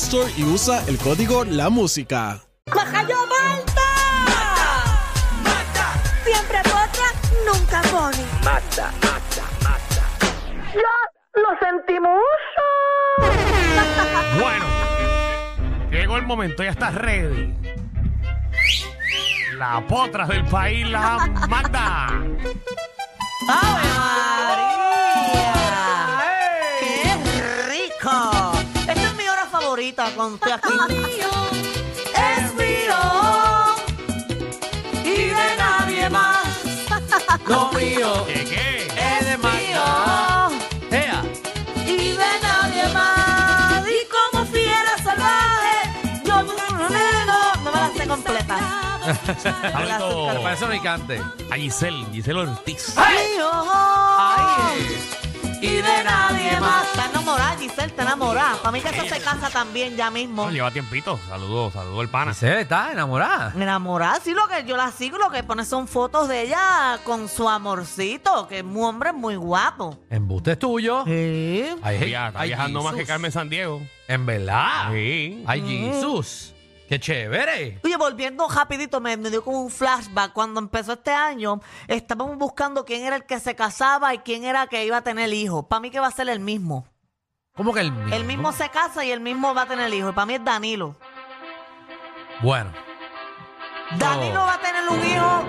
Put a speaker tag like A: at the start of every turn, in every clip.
A: Store y usa el código La Música.
B: ¡Majayo Malta! ¡Mata! ¡Mata! Siempre potra, nunca pone. ¡Mata! ¡Mata! ¡Mata! ¡Ya lo sentimos!
C: Bueno, llegó el momento, ya estás ready. La potras del país, la Magda.
D: ¡Ave ¡Oh! María! ¡Qué rico! Esta es mi hora favorita cuando estoy aquí. es mío y de nadie más. Lo mío
C: ¿Qué qué?
D: es de Magda. Y de nadie más. Y como fiera salvaje, yo no me la sé completa. Me la sé
C: Saludo
D: completa.
E: Para eso me cante.
C: a Giselle, Giselle Ortiz.
D: Mío. y de nadie más. Está enamorada, Giselle, está enamorada. Para mí que eso se casa también ya mismo.
C: No, lleva tiempito. Saludos, saludos el pana.
E: Giselle está enamorada.
D: Enamorada, sí, lo que yo la sigo, lo que pone son fotos de ella con su amorcito, que es un hombre muy guapo.
E: Embuste es tuyo.
D: Sí. Ah.
E: Ay,
C: Ya, está
E: ay,
C: viajando más que
E: Jesús.
C: Carmen San Diego.
E: En verdad.
C: Sí.
E: Ay,
D: Mm.
E: Jesús. Qué chévere.
D: Oye, volviendo rapidito, me, me dio como un flashback. Cuando empezó este año, estábamos buscando quién era el que se casaba y quién era el que iba a tener hijos. Para mí que va a ser el mismo.
E: ¿Cómo que el mismo?
D: El mismo se casa y el mismo va a tener hijos. Para mí es Danilo.
E: Bueno.
D: Danilo va a tener un hijo.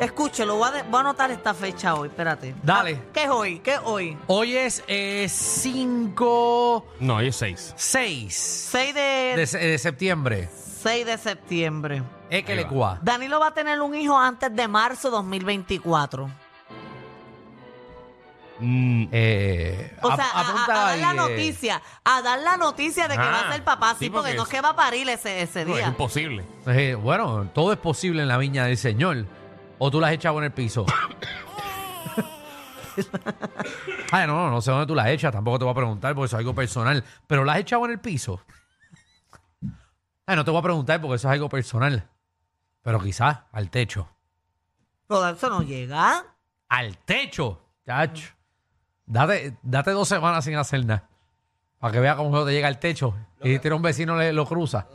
D: Escúchelo, voy a, de- voy a anotar esta fecha hoy, espérate.
E: Dale.
D: Ah, ¿Qué es hoy? ¿Qué es hoy?
E: Hoy es eh, 5,
C: No, yo seis.
E: 6
D: 6 de,
E: de, se- de septiembre.
D: 6 de septiembre.
E: Equelecua.
D: Danilo va a tener un hijo antes de marzo 2024.
C: Mm,
E: Eh,
D: O
E: ap-
D: sea, a- a,
E: apunta
D: a dar la
E: ahí, eh,
D: noticia, a dar la noticia de que
C: Ah,
D: va a ser papá, sí,
C: sí,
D: porque
C: porque
D: no es
C: es-
D: que va a parir ese, ese
C: no, es
D: día.
C: imposible.
E: eh, bueno, todo es posible en la viña del Señor. O tú la has echado en el piso. Ay, no, no, no sé dónde tú la has echado. Tampoco te voy a preguntar porque eso es algo personal. Pero la has echado en el piso. Ay, no te voy a preguntar porque eso es algo personal. Pero quizás al techo.
D: Todo eso no llega.
E: ¡Al techo! Chacho. Date, date dos semanas sin hacer nada. Para que vea cómo eso te llega al techo. Y tiene un vecino le, lo cruza.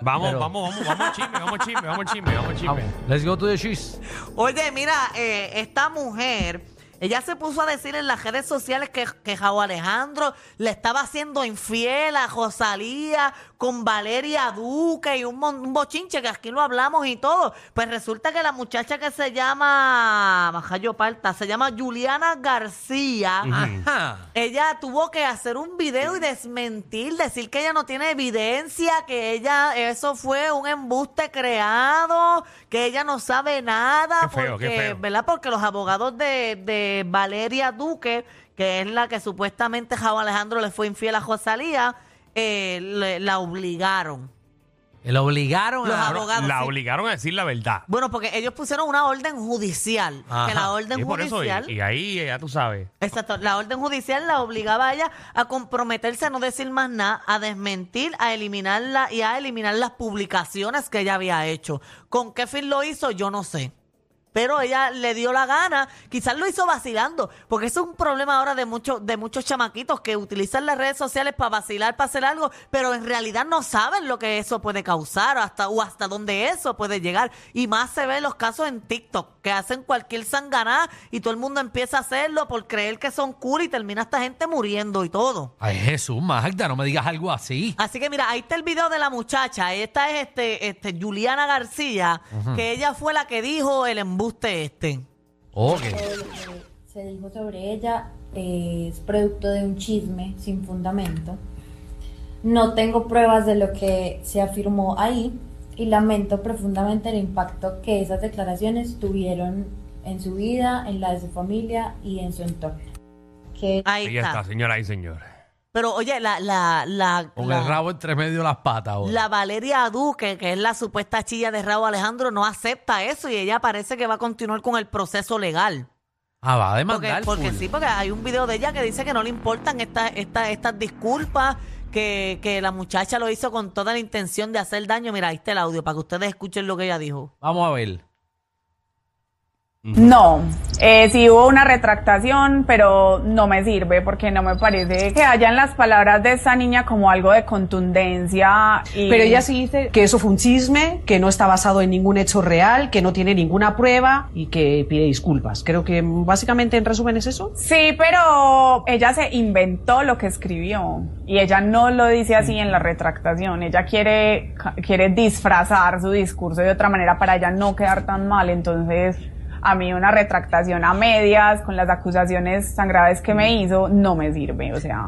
C: Vamos, vamos,
E: Pero-
C: vamos, vamos al chisme, vamos al chisme, vamos al chisme, vamos al chisme.
E: Vamos, let's go to the cheese.
D: Oye, mira, eh, esta mujer, ella se puso a decir en las redes sociales que, que Jao Alejandro le estaba haciendo infiel a Rosalía con Valeria Duque y un, mon- un bochinche que aquí lo hablamos y todo. Pues resulta que la muchacha que se llama, Majayo Parta, se llama Juliana García.
E: Ajá.
D: Ella tuvo que hacer un video y desmentir, decir que ella no tiene evidencia, que ella, eso fue un embuste creado, que ella no sabe nada,
C: Qué feo,
D: Ah, porque,
C: qué feo.
D: ¿verdad? Porque los abogados de, de Valeria Duque, que es la que supuestamente Jao Alejandro le fue infiel a Rosalía, eh, le- la obligaron.
E: Y Lo obligaron
D: Los
E: a.
D: abogados. abogado,
C: la
D: sí.
C: obligaron a decir la verdad.
D: Bueno, porque ellos pusieron una orden judicial, que
E: Ajá,
D: la
C: Y
D: orden
C: es por eso, y,
D: judicial...
C: y ahí eh, ya tú sabes.
D: Exacto, la orden judicial la obligaba a ella a comprometerse a no decir más nada, a desmentir, a eliminarla y a eliminar las publicaciones que ella había hecho. ¿Con qué fin lo hizo? Yo no sé. Pero ella le dio la gana, quizás lo hizo vacilando, porque eso es un problema ahora de muchos de muchos chamaquitos que utilizan las redes sociales para vacilar, para hacer algo, pero en realidad no saben lo que eso puede causar o hasta, o hasta dónde eso puede llegar. Y más se ven los casos en TikTok, que hacen cualquier sanganá y todo el mundo empieza a hacerlo por creer que son cool y termina esta gente muriendo y todo.
E: Ay, Jesús, Magda, no me digas algo así.
D: Así que mira, ahí está el video de la muchacha. Esta es este, este Juliana García, que ella fue la que dijo el embuste este.
E: Ok.
F: se dijo sobre ella eh, es producto de un chisme sin fundamento. No tengo pruebas de lo que se afirmó ahí y lamento profundamente el impacto que esas declaraciones tuvieron en su vida, en la de su familia y en su entorno. Que
D: Ahí
C: Ahí está,
D: está.
C: señoras y señores.
D: Pero oye, la, la, la,
E: Con
D: la-
E: el rabo entre medio de las patas. ahora.
D: la Valeria Duque, que es la supuesta chilla de Raúl Alejandro, no acepta eso y ella parece que va a continuar con el proceso legal.
E: Ah, va a
D: Porque,
E: demandar.
D: porque
E: full.
D: sí, porque hay un video de ella que dice que no le importan esta- esta- estas disculpas, que, que la muchacha lo hizo con toda la intención de hacer daño. Mira, ahí está el audio para que ustedes escuchen lo que ella dijo.
E: Vamos a ver.
G: No, eh, sí hubo una retractación, pero no me sirve porque no me parece que hayan las palabras de esa niña como algo de contundencia. Y
H: Pero ella sí dice que eso fue un chisme, que no está basado en ningún hecho real, que no tiene ninguna prueba y que pide disculpas. Creo que mm, básicamente en resumen es eso.
G: Sí, pero ella se inventó lo que escribió y ella no lo dice así en la retractación. Ella quiere, ca- quiere disfrazar su discurso de otra manera para ella no quedar tan mal. Entonces, a mí una retractación a medias con las acusaciones tan graves que me hizo no me sirve. O sea,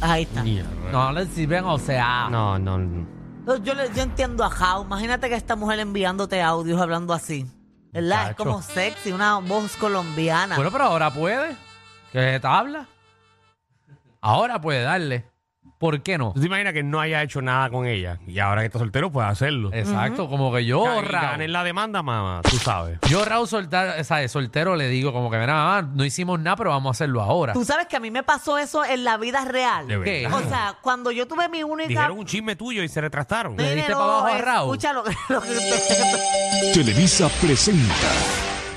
D: Ahí está.
E: No le sirven, o sea.
I: No, no, no.
D: No, Yo, le- yo entiendo a Jao. Imagínate que esta mujer enviándote audios hablando así. ¿Verdad? Es
E: Chacho.
D: como sexy, una voz colombiana.
E: Bueno, pero ahora puede. Que te habla. Ahora puede darle. ¿Por qué no?
I: ¿Tú te imaginas que no haya hecho nada con ella? Y ahora que está soltero puede hacerlo.
E: Exacto, como que yo,
I: Y
E: Raúl.
I: ganen la demanda, mamá, tú sabes.
E: Yo, Raúl, soltar, o sea, soltero, le digo como que, mira, mamá, no hicimos nada, pero vamos a hacerlo ahora.
D: Tú sabes que a mí me pasó eso en la vida real.
I: De
E: ¿Qué?
I: verdad.
D: O sea, cuando yo tuve mi única...
I: Dijeron un chisme tuyo y se retractaron.
E: ¿Le diste
D: Nene,
E: pa' abajo a
D: es-
E: Raúl?
D: Escucha lo, lo que ustedes,
J: Televisa presenta.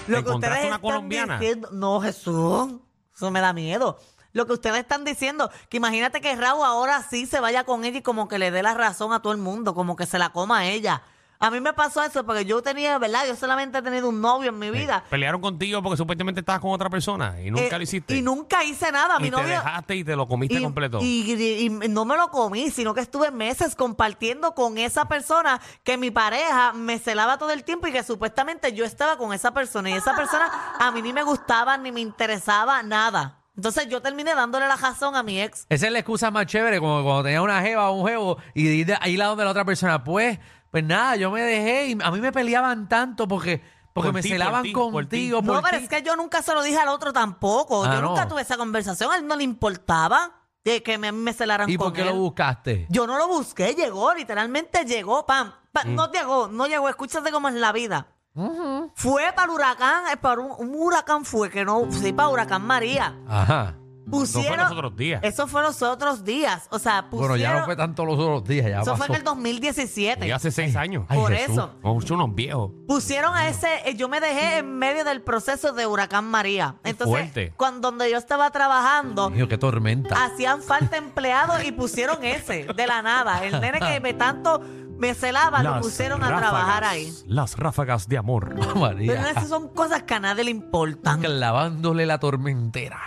D: lo que
I: encontraste
D: ustedes
I: una
D: están
I: colombiana?
D: diciendo. No, Jesús, eso me da miedo. Lo que ustedes están diciendo, que imagínate que Raúl ahora sí se vaya con ella y como que le dé la razón a todo el mundo, como que se la coma a ella. A mí me pasó eso porque yo tenía, ¿verdad? Yo solamente he tenido un novio en mi vida.
I: Pelearon contigo porque supuestamente estabas con otra persona y nunca
D: Eh,
I: lo hiciste.
D: Y nunca hice nada.
I: Y
D: Mi
I: te
D: novio.
I: dejaste y te lo comiste
D: y,
I: completo.
D: y- y- y no me lo comí, sino que estuve meses compartiendo con esa persona que mi pareja me celaba todo el tiempo y que supuestamente yo estaba con esa persona. Y esa persona a mí ni me gustaba, ni me interesaba nada. Entonces yo terminé dándole la razón a mi ex.
E: Esa es la excusa más chévere, como cuando tenía una jeva o un jevo y ir de ahí la donde la otra persona, pues, pues nada, yo me dejé y a mí me peleaban tanto porque, porque
I: Por
E: me
I: ti, por
E: celaban
I: ti, por ti.
E: contigo.
D: No,
E: por
D: pero
E: ti.
D: es que yo nunca se lo dije al otro tampoco.
E: Ah,
D: yo nunca
E: no.
D: tuve esa conversación. A él no le importaba de que me, me celaran
E: ¿Y
D: con
E: por qué
D: él.
E: lo buscaste?
D: Yo no lo busqué, llegó, literalmente llegó, pam. pa-
E: Mm.
D: No llegó, no llegó, escúchate cómo es la vida. Fue para el huracán, eh, para un, un huracán fue que no, sí, para huracán María.
E: Ajá.
I: no fue
D: Pusieron,
I: los otros días.
D: eso fue los otros días, o sea,
E: Bueno,
D: pusieron,
E: ya no fue tanto los otros días, ya
D: eso
E: pasó.
D: fue en el 2017.
I: Y hace seis años.
E: Ay,
D: Por
E: Jesús.
D: eso.
I: Vamos, son unos viejos.
D: Pusieron a ese, eh, yo me dejé en medio del proceso de huracán María. Entonces,
I: fuerte.
D: cuando donde yo estaba trabajando,
E: Dios, qué tormenta.
D: hacían falta empleados y pusieron ese de la nada. El nene que me tanto me celaba, lo pusieron a trabajar ahí.
I: Las ráfagas de amor.
D: Ah, Pero
E: María.
D: esas son cosas que a nadie le importan.
E: Clavándole la tormentera.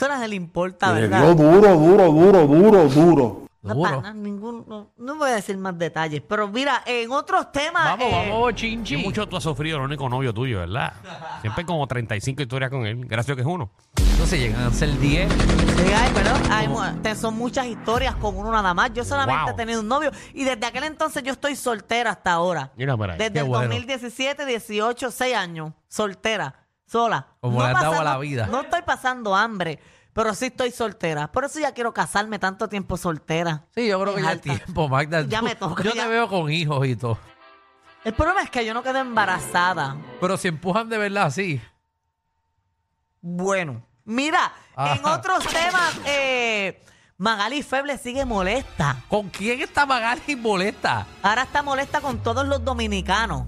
D: Son las que le importa, ¿verdad?
J: duro, duro, duro, duro, duro.
D: No,
E: Duro.
D: para ningún- no, no voy a decir más detalles. Pero mira, en otros temas.
E: Vamos,
D: eh,
E: vamos, chinchi.
I: Y mucho tú has sufrido el único novio tuyo, ¿verdad? Siempre como 35 historias con él. Gracias a Dios que es uno.
E: Entonces llegan a ser 10.
D: sí, ay, pero hay mu- te- son muchas historias con uno nada más. Yo solamente
I: Wow.
D: he tenido un novio y desde aquel entonces yo estoy soltera hasta ahora.
I: Mira para ahí.
D: Desde el
E: bueno.
D: 2017, 18, 6 años, soltera, sola.
E: Como le has dado a la
D: pasando-
E: vida.
D: No estoy pasando hambre, pero sí estoy soltera. Por eso ya quiero casarme tanto tiempo soltera.
E: Sí, yo creo que ya es
D: Alta.
E: tiempo, Magda.
D: Ya
E: Tú-
D: me toca,
E: Yo
D: ya.
E: te veo con hijos y todo.
D: El problema es que yo no quedé embarazada.
E: Pero si empujan de verdad, sí.
D: Bueno, mira,
E: Ah.
D: en otros temas, eh, Magali Feble sigue molesta.
E: ¿Con quién está Magali molesta?
D: Ahora está molesta con todos los dominicanos.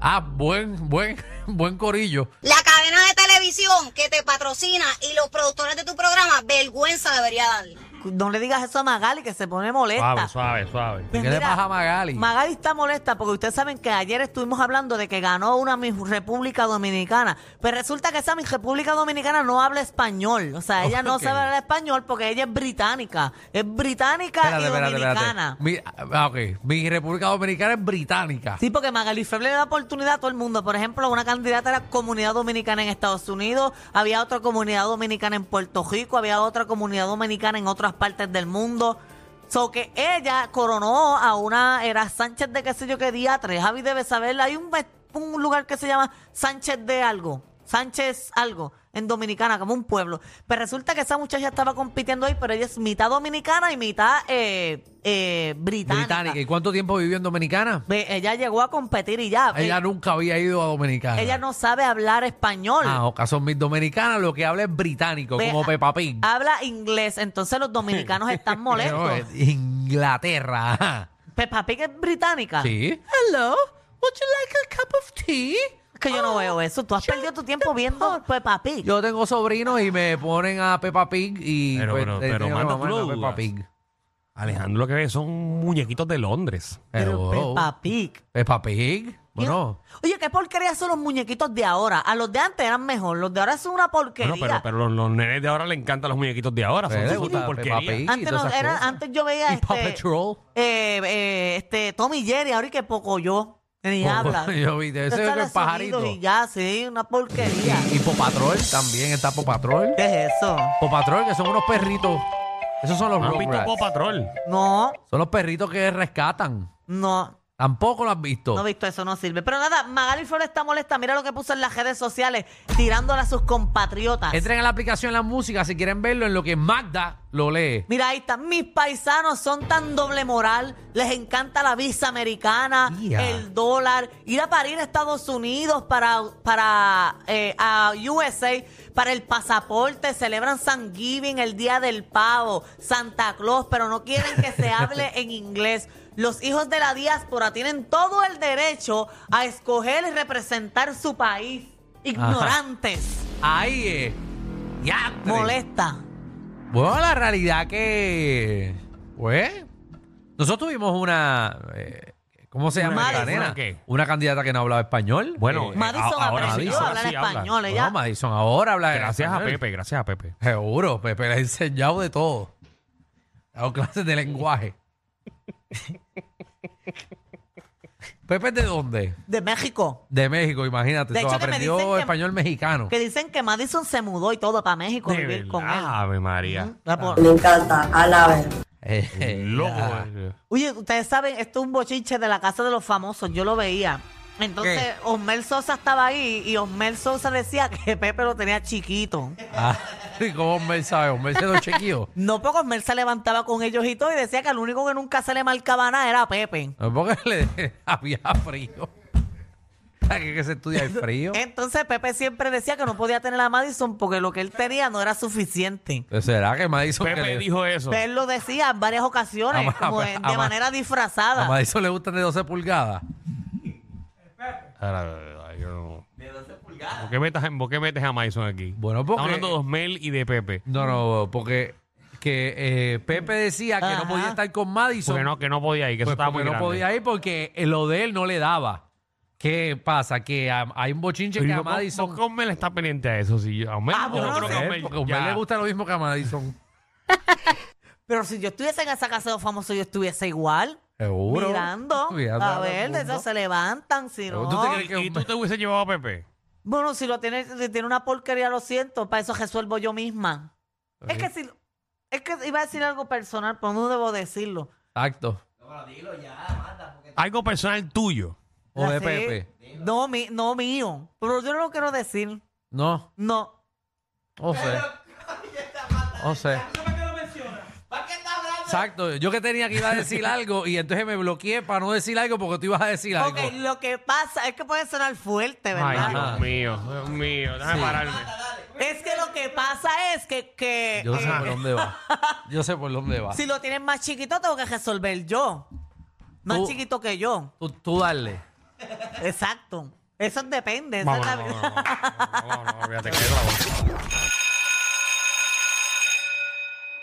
E: Ah, buen, buen, buen corillo.
K: La cadena de televisión que te patrocina y los productores de tu programa, vergüenza debería darle.
D: No le digas eso a Magali que se pone molesta.
E: Ah,
I: Suave, suave, suave.
E: ¿Qué
D: Pues
E: le
D: mira,
E: pasa a Magali?
D: Magali está molesta porque ustedes saben que ayer estuvimos hablando de que ganó una Miss República Dominicana. Pues resulta que esa Miss República Dominicana no habla español. O sea, ella no
E: Oh, Ok.
D: sabe hablar español porque ella es británica. Es británica y dominicana.
E: Mi, ah, ok. Mi República Dominicana es británica.
D: Sí, porque Magali Feble le da oportunidad a todo el mundo. Por ejemplo, una candidata era comunidad dominicana en Estados Unidos, había otra comunidad dominicana en Puerto Rico, había otra comunidad dominicana en otras partes del mundo. So que ella coronó a una, era Sánchez de qué sé yo qué día, tres. Javi debe saberla. Hay un, mes- un lugar que se llama Sánchez de algo, Sánchez algo, en Dominicana, como un pueblo. Pero resulta que esa muchacha estaba compitiendo ahí, pero ella es mitad dominicana y mitad eh, eh, británica.
E: británica. ¿Y cuánto tiempo vivió en Dominicana?
D: Ve, Ella llegó a competir y ya.
E: Ella nunca había ido a Dominicana.
D: eh, Ella no sabe hablar español.
E: Ah, o son mis dominicanas, lo que habla es británico,
D: Ve,
E: como
D: a-
E: Peppa Pig.
D: Habla inglés, entonces los dominicanos están
E: Pero
D: molestos.
E: es Inglaterra.
D: Ah.
E: ajá.
D: Peppa Pig es británica.
E: Sí.
D: Hello,
E: Would you like a cup of tea? Oh,
D: que yo no veo eso. Tú has perdido tu tiempo viendo pues, Peppa Pig.
E: Yo tengo sobrinos y me ponen a Peppa Pig y
I: Pero,
E: pues,
I: pero,
E: le
I: pero,
E: tengo que
I: manda,
E: mamar
I: tú
E: a
I: lo
E: Peppa
I: dudas.
E: Pig.
I: Alejandro lo que ve son muñequitos de Londres.
D: Pero
E: Hello.
D: Peppa Pig.
E: Peppa Pig. Bueno,
D: Oye, qué porquería son los muñequitos de ahora. A los de antes eran mejor. Los de ahora son una porquería.
I: Bueno, pero, pero los, los nenes de ahora le encantan los muñequitos de ahora. Son
E: Pero le
I: sus
E: gusta
I: porquerías.
E: Peppa Pig.
D: antes,
E: y todas
D: no-
E: esas
D: era-
E: cosas.
D: antes yo veía
E: y Paw
D: este,
E: Patrol.
D: eh, eh, este Tommy Jerry, ahorita que poco yo. Ni habla.
E: Yo vi de ese
D: Está
E: es el
D: los sonidos
E: pajarito.
D: Y ya, sí, una porquería.
E: Y, y Popatrol también está Popatrol.
D: ¿Qué es eso?
E: Popatrol, que son unos perritos. Esos son los
I: ¿No ¿Has visto
E: Rugrats.
I: Paw
E: Eh,
I: Patrol?
D: No,
E: Son los perritos que rescatan.
D: no.
E: Tampoco lo has visto.
D: No he visto eso, no sirve. Pero nada, Magali Flores está molesta. Mira lo que puso en las redes sociales, tirándole a sus compatriotas.
E: Entren a la aplicación La Música si quieren verlo en lo que Magda lo lee.
D: Mira, ahí están. Mis paisanos son tan doble moral. Les encanta la visa americana,
E: Ya.
D: el dólar, ir a parir a Estados Unidos para, para eh, a USA, para el pasaporte. Celebran Thanksgiving, el Día del Pavo, Santa Claus, pero no quieren que se hable en inglés. Los hijos de la diáspora tienen todo el derecho a escoger y representar su país. Ignorantes.
E: Ahí es. Ya.
D: Molesta.
E: Bueno, la realidad que. Pues. Nosotros tuvimos una. eh, ¿Cómo se llama
D: Madison.
E: esta nena?
I: ¿Una qué?
E: Una candidata que no hablaba español.
I: Bueno,
E: Eh,
I: eh,
D: Madison
I: a- ahora sí,
D: aprendió a
I: ahora
D: hablar
I: sí habla.
D: español.
E: bueno,
D: Ella
E: Madison ahora habla.
I: Gracias a
E: español.
I: Pepe, gracias a Pepe.
E: Seguro, Pepe le ha enseñado de todo. Ha dado clases de lenguaje. ¿Pepe es de dónde?
D: de México.
E: De México, imagínate.
D: De
E: So,
D: hecho, que me
E: aprendió
D: dicen que-
E: español mexicano.
D: Que dicen que Madison se mudó y todo para México a
I: De
D: vivir
I: verdad,
D: con él.
I: Ave María.
D: La por-
K: Me encanta, alaben.
E: Eh, eh,
I: Loco.
E: ah.
I: eh.
D: Oye, ustedes saben, esto es un bochiche de la casa de los famosos, yo lo veía. Entonces, Osmel Sosa estaba ahí y Osmel Sosa decía que Pepe lo tenía chiquito.
E: Ah, ¿y ¿Cómo Osmer sabe? Osmer se lo chequeó.
D: No porque Osmel se levantaba con ellos y todo y decía que el único que nunca se le marcaba nada era Pepe.
E: No, porque le había frío. ¿Para qué que se estudia el frío?
D: Entonces, Pepe siempre decía que no podía tener a Madison porque lo que él tenía no era suficiente.
E: Pues, ¿Será que Madison, que
I: Eh. Pepe
E: le,
I: dijo eso.
D: Él lo decía en varias ocasiones,
E: Ama-
D: como de,
E: ama-
D: de manera
E: a
D: disfrazada.
E: Madison le gustan de 12 pulgadas?
I: Ahora, ay, yo no- ¿Por qué, metas, ¿Por qué metes a Mason aquí?
E: Bueno,
I: Estamos
E: porque-
I: hablando de Osmel y de Pepe.
E: No, no, porque que eh, Pepe decía que no
D: Ajá.
E: podía estar con Madison.
I: Porque no, que no podía ir, que eso
E: Pues
I: estaba
E: porque
I: muy
E: no
I: grande.
E: podía ir porque eh, lo de él no le daba. ¿Qué pasa? Que um, hay un bochinche
I: Pero
E: que
I: ¿y
E: a
I: por-
E: Madison...
I: ¿Por qué Osmel está pendiente a eso? Si yo, a Osmel,
D: Ah,
I: yo
D: bueno,
I: creo que
D: no sé,
I: Osmel
E: porque a Osmer
I: ¿eh? ya-
E: le gusta lo mismo que a Madison.
D: Pero si yo estuviese en esa casa de los famosos, yo estuviese igual.
E: Seguro.
D: Mirando.
E: Mirando
D: a
E: todo
D: ver,
E: el
D: de
E: mundo.
D: esas se levantan, si
E: Pero
D: no.
E: tú te crees-
I: ¿Y, y tú te hubiese llevado a Pepe?
D: Bueno, si lo tiene, si tiene una porquería, lo siento, para eso resuelvo yo misma. Es que si es que iba a decir algo personal, pero no debo decirlo.
E: Exacto.
I: Algo personal tuyo.
E: O de
D: Sí.
E: Pepe.
D: No, mi, no mío. Pero yo no lo quiero decir.
E: No,
D: No.
E: no sé. No sé. Oh, Exacto, yo que tenía que iba a decir algo y entonces me bloqueé para no decir algo porque tú ibas a decir algo.
D: Ok, lo que pasa es que puede sonar fuerte,
I: Ay,
D: ¿verdad?
E: Ajá.
I: Dios mío, Dios mío, déjame pararme.
D: es que lo que pasa es que, que
E: Yo sé
D: eh,
E: por dónde va. Yo sé por dónde va.
D: si lo tienen más chiquito, tengo que resolver yo. Más
E: Tú-
D: chiquito que yo.
E: Tú, tú dale.
D: Exacto. Eso depende. Esa
I: Vamos,
D: es la
I: no,
D: vida.
I: no, no, no, no, no, fíjate que es la voz.